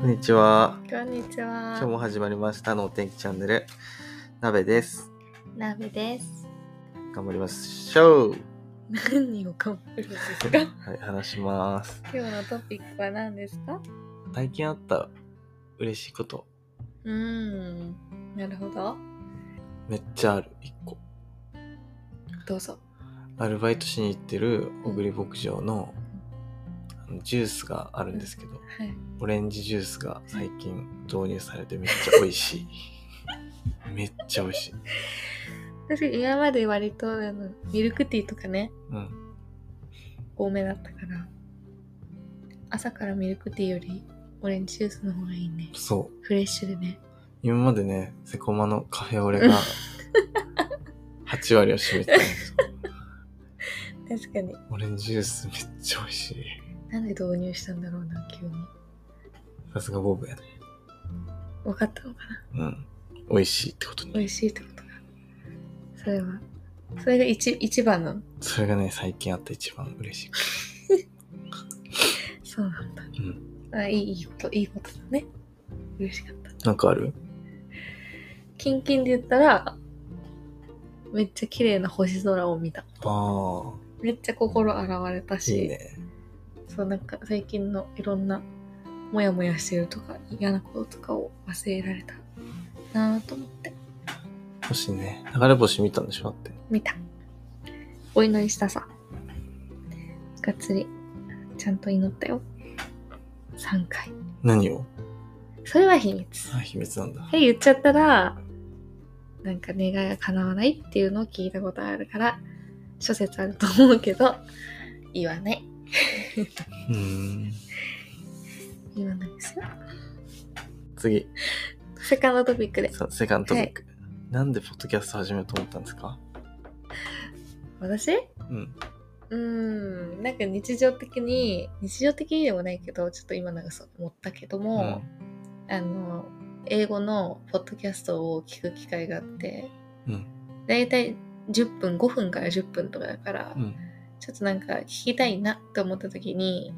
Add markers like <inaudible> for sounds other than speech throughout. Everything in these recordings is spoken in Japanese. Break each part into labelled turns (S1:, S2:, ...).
S1: こんにちは。
S2: こんにち
S1: 今日
S2: は。
S1: も始まりましたのお天気チャンネル。鍋です。
S2: なべです。
S1: 頑張りましょう。
S2: 何を頑張るん <laughs> ですか
S1: はい、話します。
S2: 今日のトピックは何ですか
S1: 最近あった嬉しいこと、
S2: うーん。なるほど。
S1: めっちゃある。一個。
S2: どうぞ。
S1: アルバイトしに行ってる小栗牧場のあのジュースがあるんですけど、
S2: はい。
S1: オレンジジュースが最近導入されてめっちゃ美味しい。めっちゃ美味しい。
S2: 私、今まで割とあのミルクティーとかね、
S1: うん。
S2: 多めだったから、朝からミルクティーよりオレンジジュースの方がいいね。
S1: そう。
S2: フレッシュでね。
S1: 今までね、セコマのカフェオレが8割を占めてたんですよ
S2: 確かに。
S1: オレンジジュースめっちゃ美味しい。
S2: なんで導入したんだろうな、急に。
S1: さすがボブやね。
S2: 分かったのかな
S1: うん。美味しいってこと
S2: 美
S1: に。
S2: 味しいってことか。それは。それが一一番なの。
S1: それがね、最近あった一番嬉しいこ
S2: そうなんだ。
S1: と。うん。
S2: あいいいいこといいことだね嬉しかった
S1: なんかある
S2: キンキンで言ったらめっちゃ綺麗な星空を見た
S1: あ
S2: めっちゃ心洗われた
S1: あ、
S2: し
S1: いいね。
S2: そうなんか最近のいろんなモヤモヤしてるとか嫌なこととかを忘れられたなぁと思って
S1: 星ね、流れ星見たんでしょだって。
S2: 見たお祈りしたさがっつりちゃんと祈ったよ3回
S1: 何を
S2: それは秘密
S1: あ、秘密なんだ。
S2: はい、言っちゃったら、なんか願いが叶わないっていうのを聞いたことあるから、諸説あると思うけど、言わない。
S1: うーん。
S2: 言わないですよ。
S1: 次、
S2: セカンドトピックで。
S1: さセカンドトピック。なんでポッドキャスト始めようと思ったんですか
S2: 私う
S1: うん。
S2: ーん、なんか日常的に、日常的にでもないけど、ちょっと今なんかそう思ったけど
S1: う
S2: も、
S1: ん。
S2: あの、英語のポッドキャストを聞く機会があって、
S1: うん
S2: だいたい10分、5分から10分とかだから、
S1: うん。
S2: ちょっとなんか聞きたいなって思った時に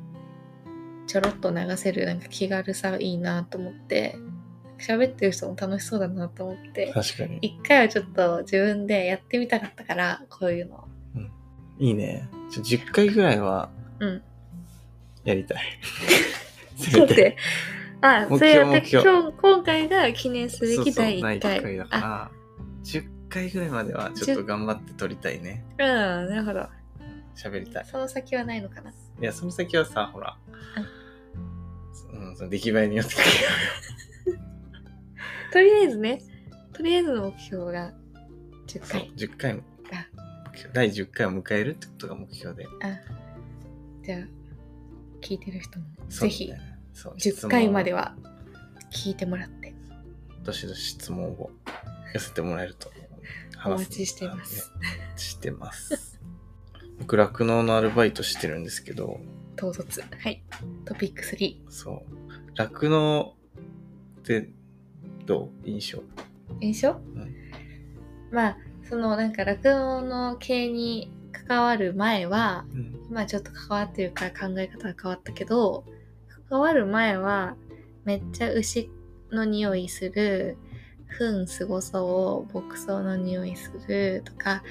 S2: ちょろっと流せるなんか気軽さがいいなと思って喋ってる人も楽しそうだなと思って
S1: 確かに。
S2: 一回はちょっと自分でやってみたかったからこういうの
S1: <laughs> いいね。ちょ、10回ぐらいは
S2: うん
S1: やりた
S2: <laughs>
S1: い。
S2: ちょっと待っ。てあ
S1: 目標
S2: それ私
S1: 目標
S2: 今日今回が記念すべ
S1: そう
S2: き
S1: そう
S2: 第1回
S1: 第一だか
S2: あ
S1: ら10回ぐらいまではちょっと頑張って撮りたいね
S2: うんなるほど
S1: 喋りたい
S2: その先はないのかない
S1: やその先はさほら、うん、その出来栄えによって
S2: とりあえずねとりあえずの目標が10
S1: そう
S2: 回
S1: 10回も
S2: あ
S1: 目標第10回を迎えるってことが目標で
S2: じゃあ聞いてる人も
S1: そう
S2: ぜ
S1: ね
S2: ひ
S1: そう
S2: 10回まで
S1: は
S2: は聞いてもらって
S1: どしどし質問を <laughs> 寄せてもらえると
S2: お
S1: 話す
S2: 待ちしています。
S1: あねしてます僕酪農のアルバイトしてるんですけど
S2: 唐突。はい。トピック3。
S1: そう酪農ってどう印象
S2: 印象、
S1: ん
S2: まあ、そのなんか酪農の系に関わる前は、
S1: うん
S2: 今ちょっと関わってるから考え方が変わったけど、関わる前は、めっちゃ牛の匂いする、糞すごそう、牧草の匂いするとか、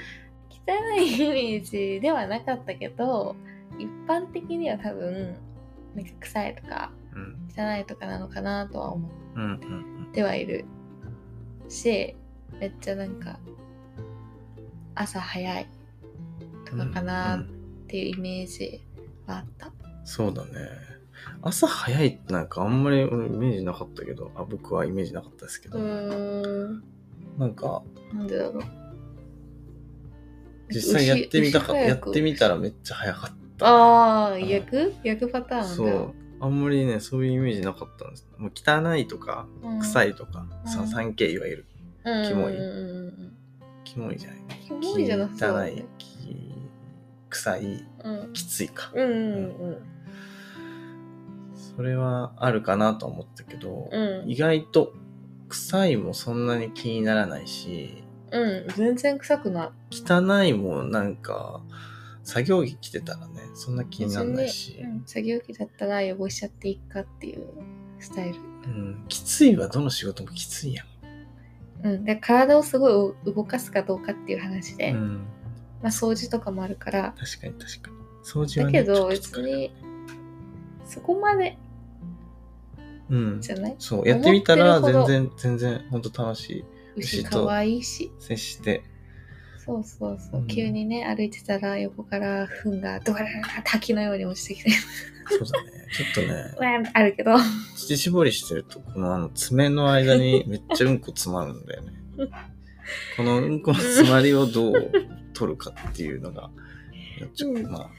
S2: 汚いイメージではなかったけど、一般的には多分、なんか臭いとか、
S1: うん
S2: 汚いとかなのかなとは思
S1: うんうんうん
S2: ってはいるしめっちゃなんか朝早いとかかな
S1: う
S2: っ
S1: ん
S2: ていうイメージはあった、
S1: そうだね朝早いってなんかあんまり俺イメージなかったけどあ僕はイメージなかったですけど、
S2: うーん
S1: なんか
S2: なんでだろう
S1: 実際やってみたかったやって
S2: み
S1: みたらめっちゃ早かった
S2: ああ
S1: うん
S2: 焼く焼くパターンだ
S1: そうあんまりねそういうイメージなかったんですもう汚いとか
S2: うん
S1: 臭いとか、
S2: うん
S1: その 3K いわゆる
S2: うん
S1: キモい
S2: うんうんうん
S1: キモいじゃない
S2: キモいじゃなさそうだ
S1: 汚い
S2: ね
S1: き臭い
S2: うん
S1: きついか
S2: うんうん
S1: それはあるかなと思ったけど、
S2: うん
S1: 意外と臭いもそんなに気にならないし
S2: うん、うん、全然臭くない
S1: 汚いもんなんか作業着着てたらねそんな気にならないし、
S2: うん作業着だったら汚しちゃっていいかっていうスタイル。
S1: うん、きついはどの仕事もきついやん。
S2: うん、で体をすごい動かすかどうかっていう話で、
S1: うん、
S2: まあ、掃除とかもあるから
S1: 確かに確かに。掃除は
S2: だ
S1: ね、
S2: けど
S1: ちょっと
S2: 別
S1: 疲れる
S2: にそこまで
S1: うん。
S2: じゃない
S1: そう、やってみたら
S2: 思ってるほ
S1: 全
S2: ど
S1: 然、全然、ほんと楽しい。
S2: 牛
S1: 牛と
S2: 可愛いし
S1: 接して。
S2: そうそうそう、
S1: うん
S2: 急にね歩いてたら横から糞がドララララ滝のように落ちてきて <laughs>
S1: そうだね。ちょっとね、
S2: わーってあるけど
S1: 乳絞りしてると、このあの爪の間にめっちゃうんこ詰まるんだよ
S2: <laughs>
S1: ね。このうんこの詰まりをどう取るかっていうのが、ちょっとまあ、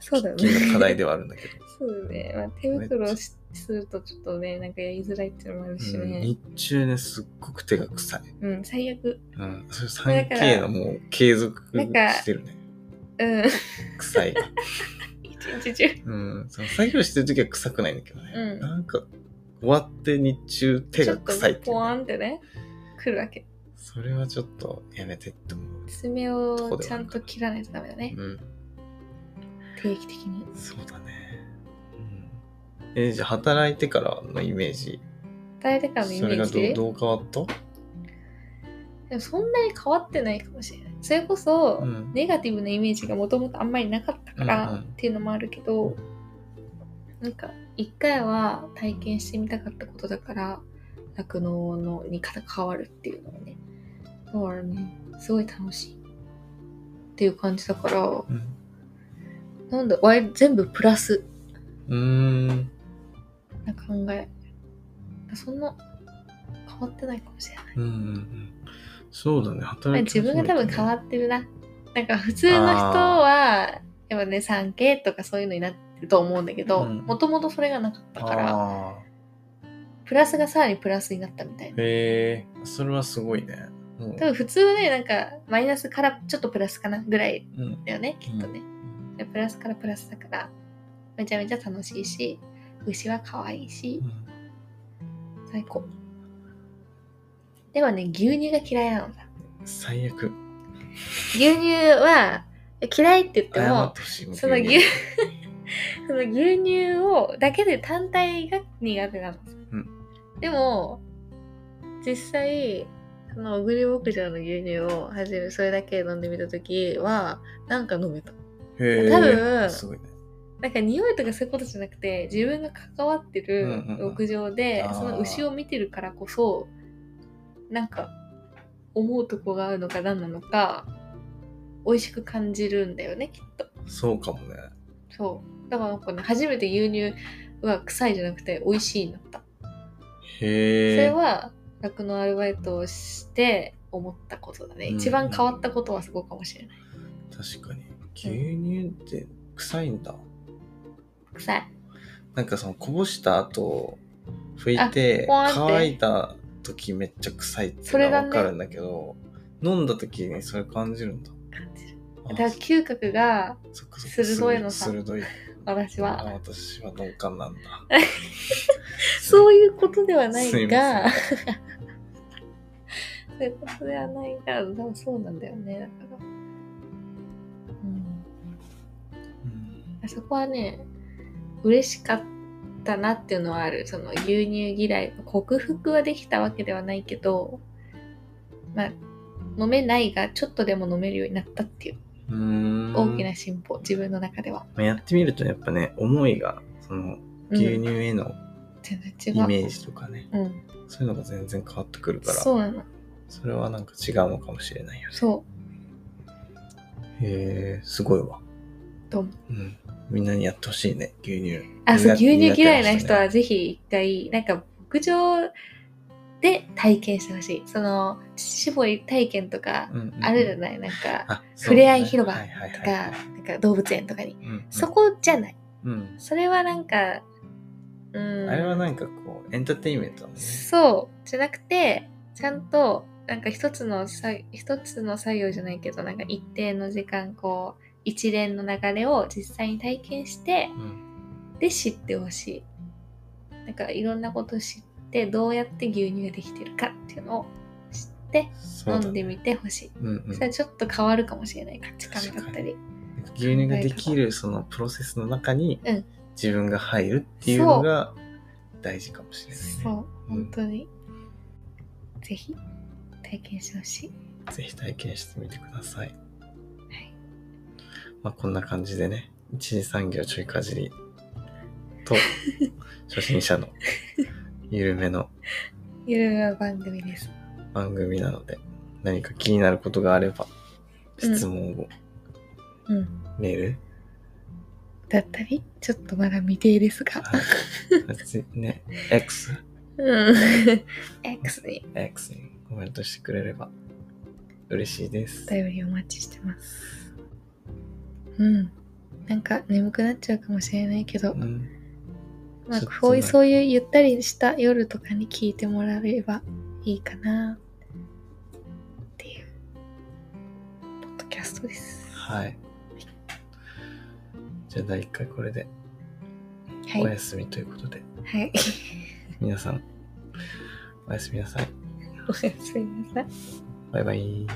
S2: そうだよね
S1: 大きな課題ではあるんだけど。
S2: そうだね、まあ、手袋をしするとちょっとねなんかやりづらいっていうのもあるし
S1: うん
S2: ね、
S1: 日中ね、すっごく手が臭い。
S2: うん最悪
S1: うん。それ
S2: だから
S1: 3K のもう継続してるね。
S2: うん <laughs>
S1: 臭いが。
S2: 一日中
S1: うん。その作業してる時は臭くないんだけどね。
S2: うん
S1: なんか、終わって日中手
S2: ちょ
S1: が
S2: っと
S1: 臭いってい
S2: ポ
S1: う
S2: ワ
S1: ね、
S2: ンってね来るわけ
S1: それはちょっとやめてって思う。
S2: 爪をちゃんと切らないとダメだね
S1: うん。
S2: 定期的に
S1: そうだね。うん。え、じゃあ働いてからのイメージ。
S2: 誰でからのイ
S1: そ
S2: メ
S1: れ
S2: ー
S1: が
S2: ジ
S1: ど
S2: で
S1: うどう変わった
S2: でもそんなに変わってないかもしれないそれこそ、
S1: うん
S2: ネガティブなイメージがもともとあんまりなかったから
S1: うんうん
S2: っていうのもあるけど、なんか一回は体験してみたかったことだから酪農のに関わるっていうのはねだからねすごい楽しいっていう感じだから
S1: うん。
S2: なんだわい全部プラス
S1: うーん。
S2: な考えそんな変わってないかもしれない
S1: うんうんうん。そうだね。
S2: まあ
S1: 働き
S2: 自分が多分変わ
S1: っ
S2: ってるな。なんか普通の人は、やっぱね、産経とかそういうのになってると思うんだけど、
S1: うん
S2: もともとそれがなかった
S1: た
S2: から、
S1: あー
S2: プラスがさらにプラスになったみたいな。
S1: へえ、それはすごいね。うん
S2: 多分普通はね、なんかマイナスからちょっとプラスかなぐらい
S1: うん。
S2: だよね、きっとね。でプラスからプラスだから、めちゃめちゃ楽しいし、牛は可愛いし
S1: う、ん
S2: 最高。でもね、牛乳が嫌いなのさ。
S1: 最悪。
S2: 牛乳は嫌いって言って
S1: 謝
S2: も
S1: っ、てほしい。
S2: その牛 <laughs> その牛乳をだけで単体が苦手なの、
S1: うん
S2: でも実際その小栗牧場の牛乳を初めそれだけ飲んでみた時はなんか飲めた
S1: へえ
S2: 多分
S1: すごいね。
S2: なんか匂いとかそういうことじゃなくて自分が関わって
S1: うん
S2: る
S1: うんうん
S2: 牧場で、
S1: あー
S2: その牛を見てるからこそなんか思うとこがあるのか何なのか美味しく感じるんだよねきっと
S1: そうかもね。
S2: そう。だからなんかね、初めて牛乳は臭いじゃなくて美味しいになった。そ
S1: へ
S2: れ
S1: え。
S2: は、酪農アルバイトをして思ったことだね。
S1: うん
S2: 一番変わったことはすごいかもしれない。
S1: 確かに。牛乳って臭いんだ。
S2: 臭い。
S1: なんかそのこぼした後、拭いて、
S2: あポワンって
S1: 乾いた時めっちゃ臭いって
S2: そ
S1: いう
S2: れ
S1: のは
S2: が
S1: わ
S2: ね
S1: かるんだけど、飲んだ時にそれ感じるんだ。
S2: 感じる。
S1: あ
S2: だから嗅覚が
S1: そっかそっか
S2: 鋭いのさ
S1: 鋭い。
S2: 私
S1: あ
S2: は、
S1: 私は鈍感なんだ。
S2: そういうことではな
S1: す
S2: い
S1: いま
S2: が、そういうことではないが、でもそうなんだよね。だから。うん
S1: うん
S2: あそこはね、嬉しかったなっていうのはある。その牛乳嫌い、克服はできたわけではないけど、まあ、飲めないが、ちょっとでも飲めるようになったっていう
S1: うーん
S2: 大きな進歩、自分の中では。
S1: まあやってみるとやっぱね思いがその
S2: うん、
S1: 牛乳への
S2: 全
S1: イ
S2: 然違う。
S1: メージとかね、
S2: うん、
S1: そういうのが全然変わってくるからそ
S2: そうなの。
S1: れはなんか違うのかもしれないよね
S2: そ
S1: へえすごいわ
S2: どうも
S1: うん、みんなにやってほしいね牛乳
S2: う。あ、そう、
S1: 苦手
S2: 牛乳嫌いな
S1: 苦手な
S2: 人
S1: 人ね
S2: はぜひ一回、なんか牧場で体験してほしい。その、乳搾り体験とか、
S1: うんうんうん
S2: あるじゃない、なんか、
S1: あ
S2: 触れ合い広場
S1: そうだねはいはい
S2: と
S1: は
S2: か、
S1: いはい
S2: なんか動物園とかに。
S1: うんうん
S2: そこじゃない。
S1: うん
S2: それはなんか、うん。
S1: あれはなんかこうエンターテインメントだもんね
S2: そう、じゃなくて、ちゃんと、なんか一つのさ、一つの作業じゃないけど、なんか一定の時間、こう、一連の流れを実際に体験して、
S1: うん
S2: で知ってほしい。なんかいろんなこと知って、どうやって牛乳ができてるかっていうのを知って、
S1: そう
S2: 飲
S1: だね
S2: んでみてほしい。
S1: うんうん、
S2: それはちょっと変わるかもしれない価値観だったり。
S1: 牛乳ができるそのプロセスの中に
S2: うん
S1: 自分が入るっていうのが大事かもしれないね。
S2: そう、
S1: うん
S2: 本当に。ぜひ、体験してほしい。
S1: ぜひ体験してみてください。
S2: はい。
S1: まあ、こんな感じでね、一次産業ちょいかじりと、
S2: <laughs>
S1: 初心者の緩めの
S2: ゆるな番組です。
S1: 番組なので、何か気になることがあれば、
S2: うん
S1: 質問を、
S2: うん。
S1: メール、
S2: だったり、ちょっとまだ未定ですが。
S1: はい。別にね、X、
S2: うん。X <laughs> に
S1: X にコメントしてくれれば嬉しいです
S2: お。便りお待ちしてます。うん。なんか眠くなっちゃうかもしれないけど、
S1: うん、
S2: まあ
S1: ちょっとね
S2: こういう、そういうゆったりした夜とかに聞いてもらえればいいかなっていう、ポッドキャストです。
S1: はい。じゃあ第1回これで
S2: はい。
S1: お
S2: はい。
S1: 休みということで、
S2: はい、 <laughs>
S1: 皆さん、おやすみなさい。
S2: おやすみなさい。
S1: バイバイ。